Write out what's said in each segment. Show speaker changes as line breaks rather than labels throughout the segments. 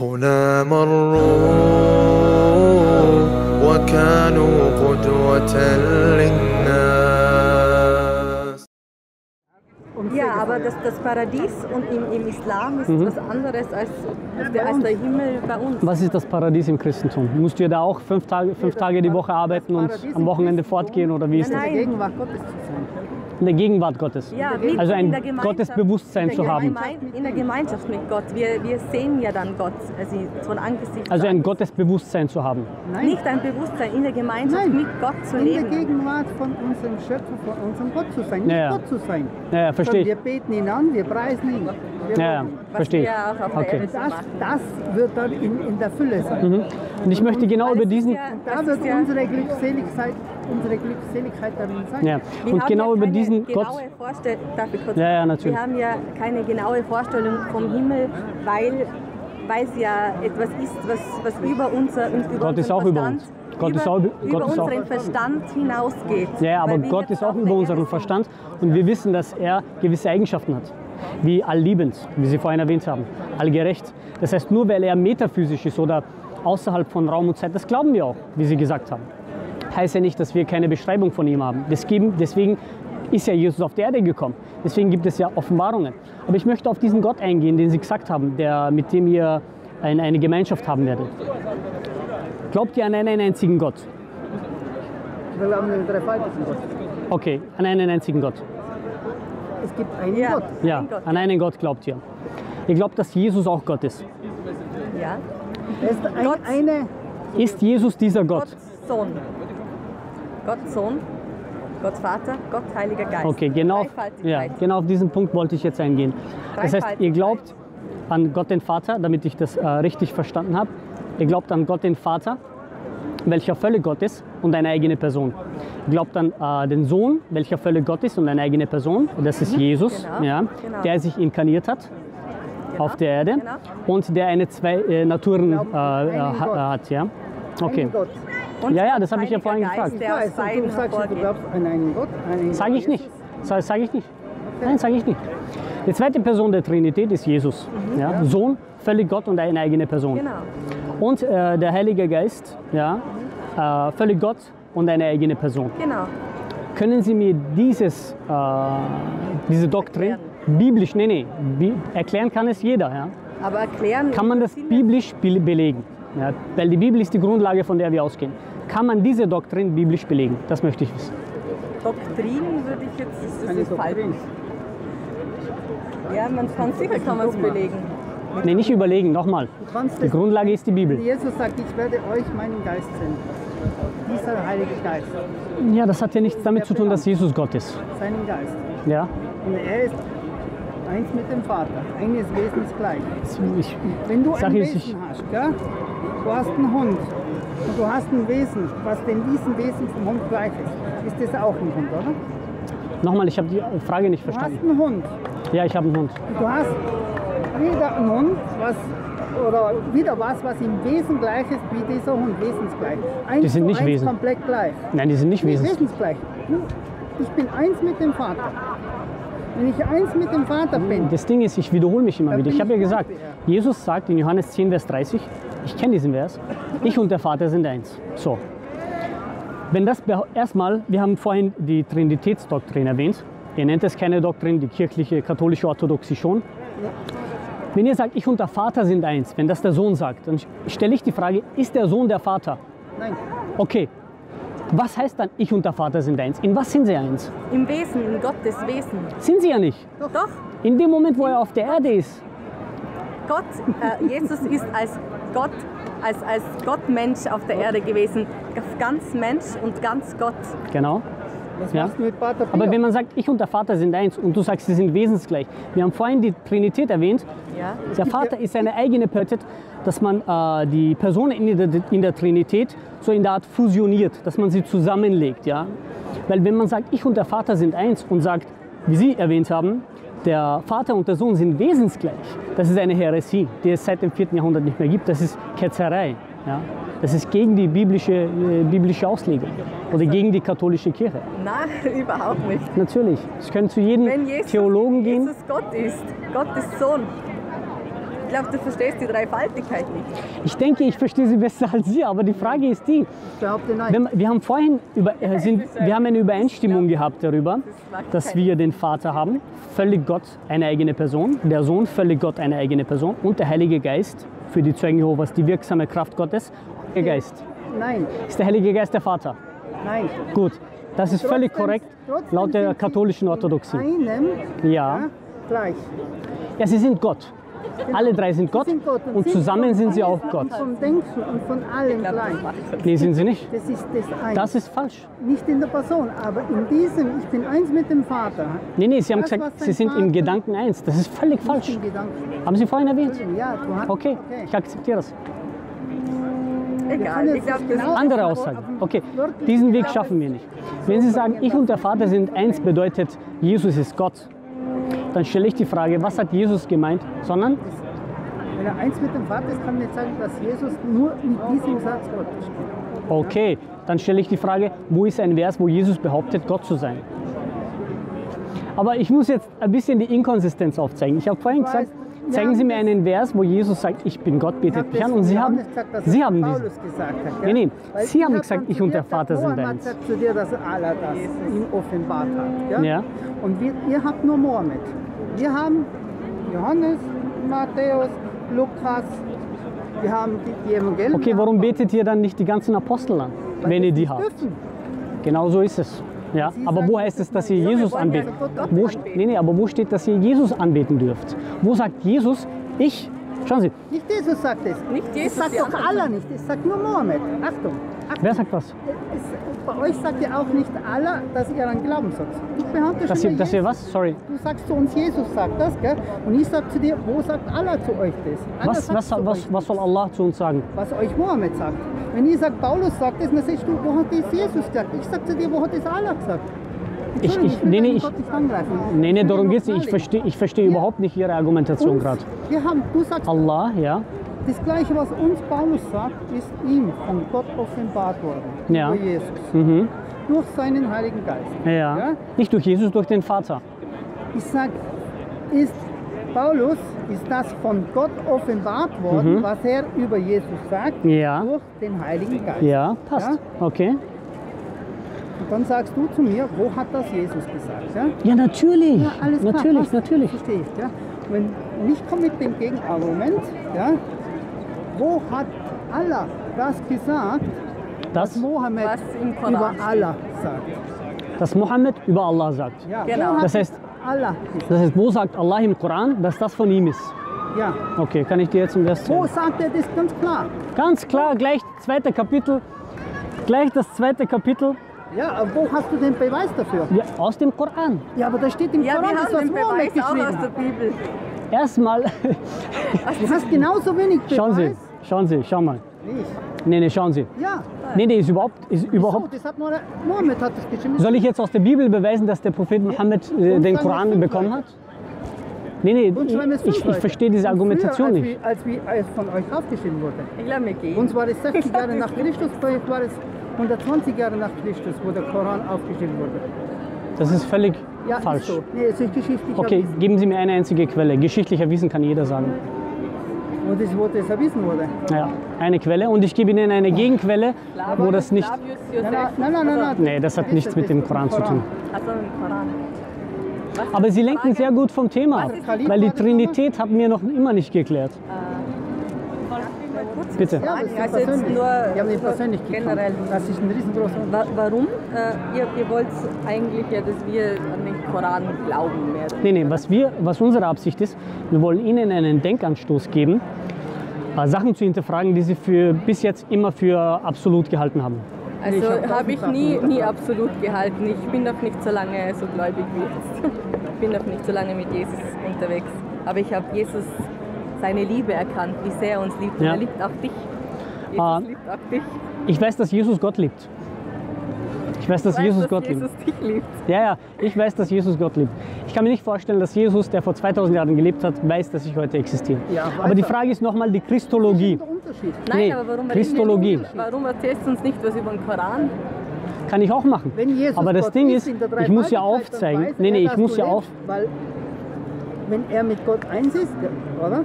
هنا مروا وكانوا قدوة للناس
Ja, aber das, das Paradies und im, im Islam ist
Mhm.
was anderes als, als, der, als der Himmel bei uns.
Was ist das Paradies im Christentum? Musst du da auch fünf Tage, fünf Tage die Woche arbeiten und am Wochenende fortgehen oder wie ist das?
Nein.
In der Gegenwart Gottes zu sein.
In der Gegenwart Gottes.
Ja, mit-
also
in
ein
der Gemeinschaft.
Gottesbewusstsein zu haben.
Gemein- In der Gemeinschaft mit Gott. Wir, wir sehen ja dann Gott, also von Angesicht
Also
zu
ein
Angesicht.
Gottesbewusstsein zu haben.
Nein,
Nicht ein Bewusstsein, in der Gemeinschaft
Nein.
mit Gott zu
in der
leben.
Gegenwart von unserem Schöpfer, von unserem Gott zu sein, nicht
Ja, ja.
Gott zu sein.
Ja, ja, verstehe
Sondern Wir
ich.
beten ihn an, wir preisen ihn. Wir
Ja, ja,
loben ihn.
verstehe ich.
wir auch auf der
Okay.
Erde
Das,
machen.
das wird dann in, in der Fülle sein.
Und ich möchte genau
Weil
über
es ist
diesen,
ja-
Da
das
wird
ist ja-
unsere Glückseligkeit, unsere Glückseligkeit darin sein.
ja.
Wir
und
haben
genau
ja
über
keine
diesen Gott.
genaue Vorstell- Darf ich kurz
Ja, ja, natürlich.
Wir haben ja keine genaue Vorstellung vom Himmel, weil weil es ja etwas ist, was, was über unser und über
Gott ist
unseren
auch über
Verstand,
uns. Gott ist auch-
über,
Gott ist auch-
unseren Verstand hinausgeht.
Ja, aber
Weil wir
Gott
jetzt
ist auch
auf
über
der
unseren
Erde sind.
Verstand und wir wissen, dass er gewisse Eigenschaften hat, wie allliebend, wie Sie vorhin erwähnt haben, allgerecht. Das heißt, nur weil er metaphysisch ist oder außerhalb von Raum und Zeit, das glauben wir auch, wie Sie gesagt haben. Heißt ja nicht, dass wir keine Beschreibung von ihm haben. Deswegen, deswegen ist ja Jesus auf die Erde gekommen. Deswegen gibt es ja Offenbarungen. Aber ich möchte auf diesen Gott eingehen, den Sie gesagt haben, der, mit dem ihr ein, eine Gemeinschaft haben werdet. Glaubt ihr an einen einzigen Gott?
Wir glauben an den dreifaltigen Gott.
Okay, an einen einzigen Gott.
Es gibt einen
Ja.
Gott.
Ja,
Ein Gott.
an einen Gott glaubt ihr. Ihr glaubt, dass Jesus auch Gott ist.
Ja.
Er ist ein,
Gott.
eine
Ist Jesus dieser Gott?
Gott Sohn. Gott Sohn. Gott Vater, Gott Heiliger Geist.
Okay, genau, ja,
Dreifaltigkeit.
genau auf diesen Punkt wollte ich jetzt eingehen. Das heißt, ihr
Dreifaltigkeit.
glaubt an Gott den Vater, damit ich das äh, richtig verstanden habe. Ihr glaubt an Gott den Vater, welcher Völle Gott ist und eine eigene Person. Ihr glaubt an äh, den Sohn, welcher Völle Gott ist und eine eigene Person. Und das ist Jesus,
Genau,
ja,
genau.
der sich inkarniert hat
Genau,
auf der Erde
Genau.
und der eine zwei äh, Naturen äh, äh,
glauben an einen Gott.
ha- hat. Ja? Okay.
einen Gott.
Und
Ja, ja, das hab ich ja
Heiliger
vorhin
Geist,
gefragt.
Der
Ja,
aus
also,
beiden
du sagst, du
hervorgeht.
glaubst an einen Gott. an einen
Sage
Gott
ich nicht.
Jesus.
Sage sag ich nicht. Nein, sage ich nicht. Die zweite Person der Trinität ist Jesus. Ja? Sohn, völlig Gott und eine eigene Person.
Genau.
Und äh, der Heilige Geist, ja? äh, völlig Gott und eine eigene Person.
Genau.
Können Sie mir dieses, äh, diese Doktrin biblisch, nee, nee, bi erklären kann es jeder. Ja?
Aber erklären.
Kann man das biblisch be belegen? Ja? Weil die Bibel ist die Grundlage, von der wir ausgehen. Kann man diese Doktrin biblisch belegen? Das möchte ich wissen.
Doktrin würde ich jetzt. Das
Eine
ist falsch.
Doktrin.
Ja, man kann sicher kann man es
Dogma.
belegen.
Nee, nicht überlegen, nochmal.
Du kannst
Die
es
Grundlage ist die Bibel.
Jesus sagt, ich werde euch meinen Geist senden. Dieser Heilige Geist,
Ja, das hat ja nichts damit zu tun, dass Jesus Gott ist.
seinen Geist.
Ja,
Und er ist eins mit dem Vater, eines Wesens gleich.
ich,
Wenn du
Sag
ein
jetzt
Wesen
nicht-
hast, gell? du hast einen Hund und du hast ein Wesen, was dem diesem Wesen vom Hund gleich ist, ist das auch ein Hund, oder?
nochmal, ich habe die Frage nicht
Du hast
verstanden.
einen Hund
Ja, ich habe einen Hund.
und du hast wieder einen Hund, was oder wieder was, was im Wesen gleich ist wie dieser Hund, wesensgleich. Eins
Die sind
zu
nicht
eins
Wesen.
komplett gleich.
Nein, die sind nicht
Nee,
wesentlich.
wesensgleich. Hm? Ich bin eins mit dem Vater. Wenn ich eins mit dem Vater bin,
Das Ding ist, ich wiederhole mich immer
Da
wieder.
bin
Ich habe ja
ich
gesagt,
nicht sicher.
Jesus sagt in Johannes 10, Vers 30, ich kenne diesen Vers, ich und der Vater sind eins. So. Wenn das beh- erstmal, wir haben vorhin die Trinitätsdoktrin erwähnt. Ihr nennt es keine Doktrin, die kirchliche, katholische, orthodoxie schon. Wenn ihr sagt, ich und der Vater sind eins, wenn das der Sohn sagt, dann stelle ich die Frage, ist der Sohn der Vater?
nein,
Okay. Was heißt dann, ich und der Vater sind eins? In was sind sie eins?
Im Wesen, in Gottes Wesen.
Sind sie ja nicht.
Doch.
In dem Moment, wo er auf der Erde ist.
Gott, äh, Jesus ist als Gott, als, als Gottmensch auf der Erde gewesen. Ganz Mensch und ganz Gott.
Genau.
was
Ja.
machst du mit Pater
Aber
Pio?
wenn man sagt, ich und der Vater sind eins und du sagst, sie sind wesensgleich. Wir haben vorhin die Trinität erwähnt.
Ja.
Der Vater ist eine eigene Person, dass man äh, die Personen in der, in der Trinität so in der Art fusioniert, dass man sie zusammenlegt. Ja? Weil wenn man sagt, ich und der Vater sind eins und sagt, wie Sie erwähnt haben, der Vater und der Sohn sind wesensgleich, das ist eine Häresie, die es seit dem 4. Jahrhundert nicht mehr gibt. Das ist Ketzerei. Ja? Das ist gegen die biblische, äh, biblische Auslegung oder gegen die katholische Kirche.
Nein, überhaupt nicht.
Natürlich, es können zu jedem
Wenn Jesus,
Theologen gehen.
Jesus Gott ist, Gottes Sohn, Ich glaube, du verstehst die Dreifaltigkeit nicht.
Ich denke, ich verstehe sie besser als Sie, aber die Frage ist die,
Ich behaupte nein.
wenn, wir haben vorhin über, äh, sind, wir haben eine Übereinstimmung gehabt darüber, dass wir den Vater haben, völlig Gott eine eigene Person, der Sohn völlig Gott eine eigene Person und der Heilige Geist für die Zeugen Jehovas, die wirksame Kraft Gottes, der Geist.
nein,
Ist der Heilige Geist der Vater?
nein.
Gut, das ist völlig
Trotzdem-
korrekt
trotzdem
laut der
sind sie
katholischen
in
Orthodoxie.
Einem
Ja.
ja, gleich.
Ja, sie sind Gott. Alle drei sind Gott
Genau. Sie sind Gott
und zusammen sind sie auch
alles
Gott.
Vom Denken und von allem gleich.
Nee, sind sie nicht.
Das ist das eine.
Das ist falsch.
nicht in der Person, aber in diesem, ich bin eins mit dem Vater.
Nee, nee, Sie haben
Das,
gesagt,
was
Sie sind
dein
im
Vater-
Gedanken eins. Das ist völlig falsch.
Im Gedanken.
Haben Sie vorhin erwähnt?
Ja, du hast,
Okay, ich akzeptiere das.
Egal, ich glaube, das
Genau.
Andere Aussage. Okay, diesen Weg schaffen wir nicht. Wenn Sie sagen, ich und der Vater sind eins, bedeutet, Jesus ist Gott, dann stelle ich die Frage, was hat Jesus gemeint, sondern
Wenn er eins mit dem Vater ist, kann man nicht sagen, dass Jesus nur mit diesem Satz Gott ist.
Okay, dann stelle ich die Frage, wo ist ein Vers, wo Jesus behauptet, Gott zu sein? Aber ich muss jetzt ein bisschen die Inkonsistenz aufzeigen. Ich habe vorhin
Ich weiß,
gesagt,
wir
zeigen
haben
Sie mir
das-
einen Vers, wo Jesus sagt, ich bin Gott,
Ich
betet
hab
mich an.
das-
Und Sie
wir
haben,
nicht gesagt, dass
Sie
das
haben diesen.
Paulus gesagt hat,
Nee, nee,
Weil
Sie haben
hab
gesagt,
dann
ich
zu
und
dir
der Vater
gesagt,
sind
Mohammed
eins.
sagt zu dir, dass Allah das ihm offenbart hat. Ja?
Ja.
Und wir, ihr habt nur Mohammed. Wir haben Johannes, Matthäus, Lukas, wir haben die, die Evangelien.
Okay, warum betet ihr dann nicht die ganzen Apostel an,
Weil
wenn
wir
ihr die
nicht
habt?
dürfen.
Genau so ist es. Ja,
Sie
aber
sagen,
wo
das
heißt es,
ist
dass
mein
ihr
Sohn,
Jesus
wir wollen ja
anbetet?
Gott
Wo,
anbeten.
nee, nee, aber wo steht, dass ihr Jesus anbeten dürft? Wo sagt Jesus, ich, schauen Sie,
Nicht Jesus sagt es.
Nicht Jesus,
Es sagt
die
doch
anderen.
Allah nicht. Es sagt nur Mohammed. Achtung. Achtung.
wer sagt was?
Es, bei euch sagt ihr auch nicht Allah, dass ihr an Glauben sagt. Ich behaupte
Dass
schon
ihr,
mal
dass ihr
Jesus.
was? Sorry.
Du sagst zu uns, Jesus sagt das, gell? Und ich sag zu dir, wo sagt Allah zu euch das? Allah
Was,
sagt
was,
zu
was,
euch
was soll
das,
Allah zu uns sagen?
Was euch Mohammed sagt. Wenn ihr sagt, Paulus sagt das, dann sagst du, wo hat das Jesus gesagt? Ich sag zu dir, wo hat das Allah gesagt?
Ich,
Entschuldigung,
ich,
will
nee, nee,
deinen
ich,
Gott nicht angreifen.
nee, nee,
will
darum
nur
geht es nicht. Ich
klarlegen.
verstehe ich verstehe überhaupt nicht Ihre Argumentation
Uns-
gerade.
Wir haben, du sagst,
Allah, ja.
das Gleiche, was uns Paulus sagt, ist ihm von Gott offenbart worden.
Ja.
Über Jesus.
Mhm.
Durch seinen Heiligen Geist.
ja. Nicht durch Jesus, durch den Vater.
Ich sag, ist Paulus, ist das von Gott offenbart worden, was er über Jesus sagt,
Mhm. Ja.
durch den Heiligen Geist.
Ja, passt.
Ja?
Okay.
Und dann sagst du zu mir, wo hat das Jesus gesagt? Ja?
Ja, natürlich.
Ja, alles klar.
natürlich,
passt.
natürlich.
Verstehe ich, ja. Wenn, und ich komme mit dem Gegenargument, ja, wo hat Allah das gesagt, was
Das,
Mohammed
Was im Koran
über
steht.
Allah sagt?
das Mohammed über Allah sagt.
Ja,
Genau.
Wo hat
Das heißt-
Allah gesagt?
Das heißt, wo sagt Allah im Koran, dass das von ihm ist?
Ja.
Okay, kann ich dir jetzt im Vers
Wo
zählen?
sagt er das ganz klar?
Ganz klar, gleich zweite Kapitel. Gleich das zweite Kapitel
Ja, aber wo hast du den Beweis dafür?
ja, aus dem Koran.
Ja, aber da steht im
Ja,
Koran,
wir
das,
haben
was
den
Mohammed
Beweis auch
geschrieben
aus der
hat.
Bibel.
Erstmal,
Du hast genauso wenig Beweis.
schauen Sie, schauen Sie, schau mal.
Ich.
Nee, nee, schauen Sie.
Ja,
Nee, nee, ist überhaupt, ist
so,
überhaupt.
das hat nur, Mohammed hat das geschrieben.
Soll ich jetzt aus der Bibel beweisen, dass der Prophet Mohammed äh,
Und
den
sagen wir
Koran
fünf
bekommen hat?
Leute.
Nee, nee,
Uns schreiben es
ich, ich,
fünf Leute.
verstehe diese
Und
Argumentation
früher,
nicht.
als nicht. Wir, als, wir, als von euch aufgeschrieben wurde.
Ich glaube, wir gehen.
Uns war es 60 Jahre nach Christus, bei euch war es 120 Jahre nach Christus, wo der Koran aufgeschrieben wurde.
Das ist völlig
Ja,
falsch.
ist so. Nee, es ist geschichtlich
Okay,
erwiesen.
geben Sie mir eine einzige Quelle. Geschichtlich erwiesen kann jeder sagen.
Und das wurde es erwiesen wurde.
Ja, eine Quelle. Und ich gebe Ihnen eine Gegenquelle, wo das nicht.
Flavius Also,
Nein,
Joseph.
nein, nein, nein, nein, nein.
Nee, das hat nichts mit dem
ist
Koran zu tun.
Also im Koran.
Aber Sie lenken sehr gut vom Thema ab,
Was ist die
weil die
Frage
Trinität haben wir noch immer nicht geklärt. Bitte.
Ja, das ist
Also jetzt
persönlich.
nur-
Die haben den
nur
persönlich gekannt.
generell.
Das ist ein riesengroßer Unterschied.
Wa- Warum? Äh, ihr, ihr wollt eigentlich ja, dass wir an den Koran glauben mehr.
Nee, nee, was, wir, was unsere Absicht ist, wir wollen Ihnen einen Denkanstoß geben, äh, Sachen zu hinterfragen, die Sie für, bis jetzt immer für absolut gehalten haben.
Also
Nee, ich hab
habe ich
tausend
nie,
Sachen
nie absolut gehalten. Ich bin noch nicht so lange so gläubig wie jetzt. Ich bin noch nicht so lange mit Jesus unterwegs. Aber ich habe Jesus seine Liebe erkannt, wie sehr er uns liebt. Und
Ja.
Er liebt auch dich. Jesus
Ah.
liebt auch dich.
Ich weiß, dass Jesus Gott liebt. Ich weiß, dass
Ich weiß,
Jesus
dass
Gott liebt.
Jesus dich liebt.
Ja, ja, ich weiß, dass Jesus Gott liebt. Ich kann mir nicht vorstellen, dass Jesus, der vor 2000 Jahren gelebt hat, weiß, dass ich heute existiere.
Ja,
aber die
weiter.
Frage ist nochmal die Christologie.
Der Unterschied.
Nein,
Nee,
aber warum
Christologie.
Erzählst, warum erzählst du uns nicht was über den Koran?
Kann ich auch machen.
Wenn Jesus
aber das
Gott
Ding ist,
in der
ich muss ja
Dreifaltigkeit, dann
aufzeigen.
weiß
Nee, nee,
er,
ich
dass
muss
du
ja auf.
lebst, Weil, wenn er mit Gott eins ist, oder?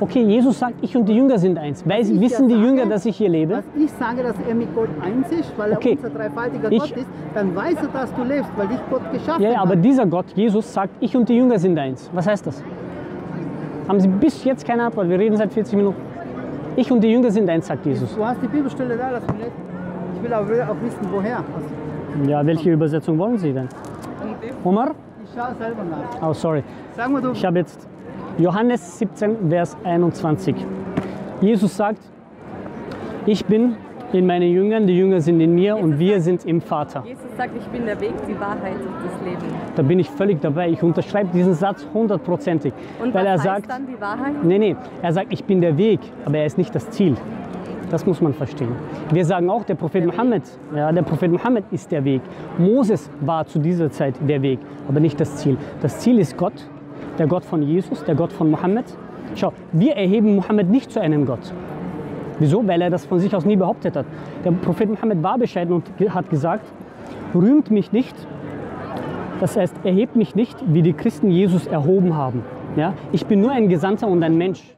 okay, Jesus sagt, ich und die Jünger sind eins. Weiß,
ich
wissen
ja
die Jünger,
sage,
dass ich hier lebe?
Dass ich sage, dass er mit Gott eins ist, weil
Okay.
er unser dreifaltiger
Ich-
Gott ist, dann weiß er, dass du lebst, weil dich Gott geschaffen
Ja, ja, aber
hat.
dieser Gott, Jesus, sagt, ich und die Jünger sind eins. Was heißt das? Haben Sie bis jetzt keine Antwort? Wir reden seit 40 Minuten. Ich und die Jünger sind eins, sagt Jesus.
Du hast die Bibelstelle da, lass mich nicht. Ich will aber auch wissen, woher. Also,
Ja, welche Übersetzung wollen Sie denn? Omar?
ich schaue selber nach.
Oh, sorry.
Sag mal, du.
Ich habe jetzt Johannes 17, Vers 21. Jesus sagt, ich bin in meinen Jüngern, die Jünger sind in mir und wir sind im Vater.
Jesus sagt, ich bin der Weg, die Wahrheit und das Leben.
Da bin ich völlig dabei. Ich unterschreibe diesen Satz hundertprozentig.
Und was
Weil er
heißt
sagt,
dann die Wahrheit?
nee, nee, er sagt, ich bin der Weg, aber er ist nicht das Ziel. Das muss man verstehen. Wir sagen auch, der Prophet Mohammed, ja, der Prophet Mohammed ist der Weg. Moses war zu dieser Zeit der Weg, aber nicht das Ziel. Das Ziel ist Gott, der Gott von Jesus, der Gott von Mohammed. Schau, wir erheben Mohammed nicht zu einem Gott. Wieso? Weil er das von sich aus nie behauptet hat. Der Prophet Mohammed war bescheiden und ge- hat gesagt, rühmt mich nicht, das heißt, erhebt mich nicht, wie die Christen Jesus erhoben haben. Ja? Ich bin nur ein Gesandter und ein Mensch.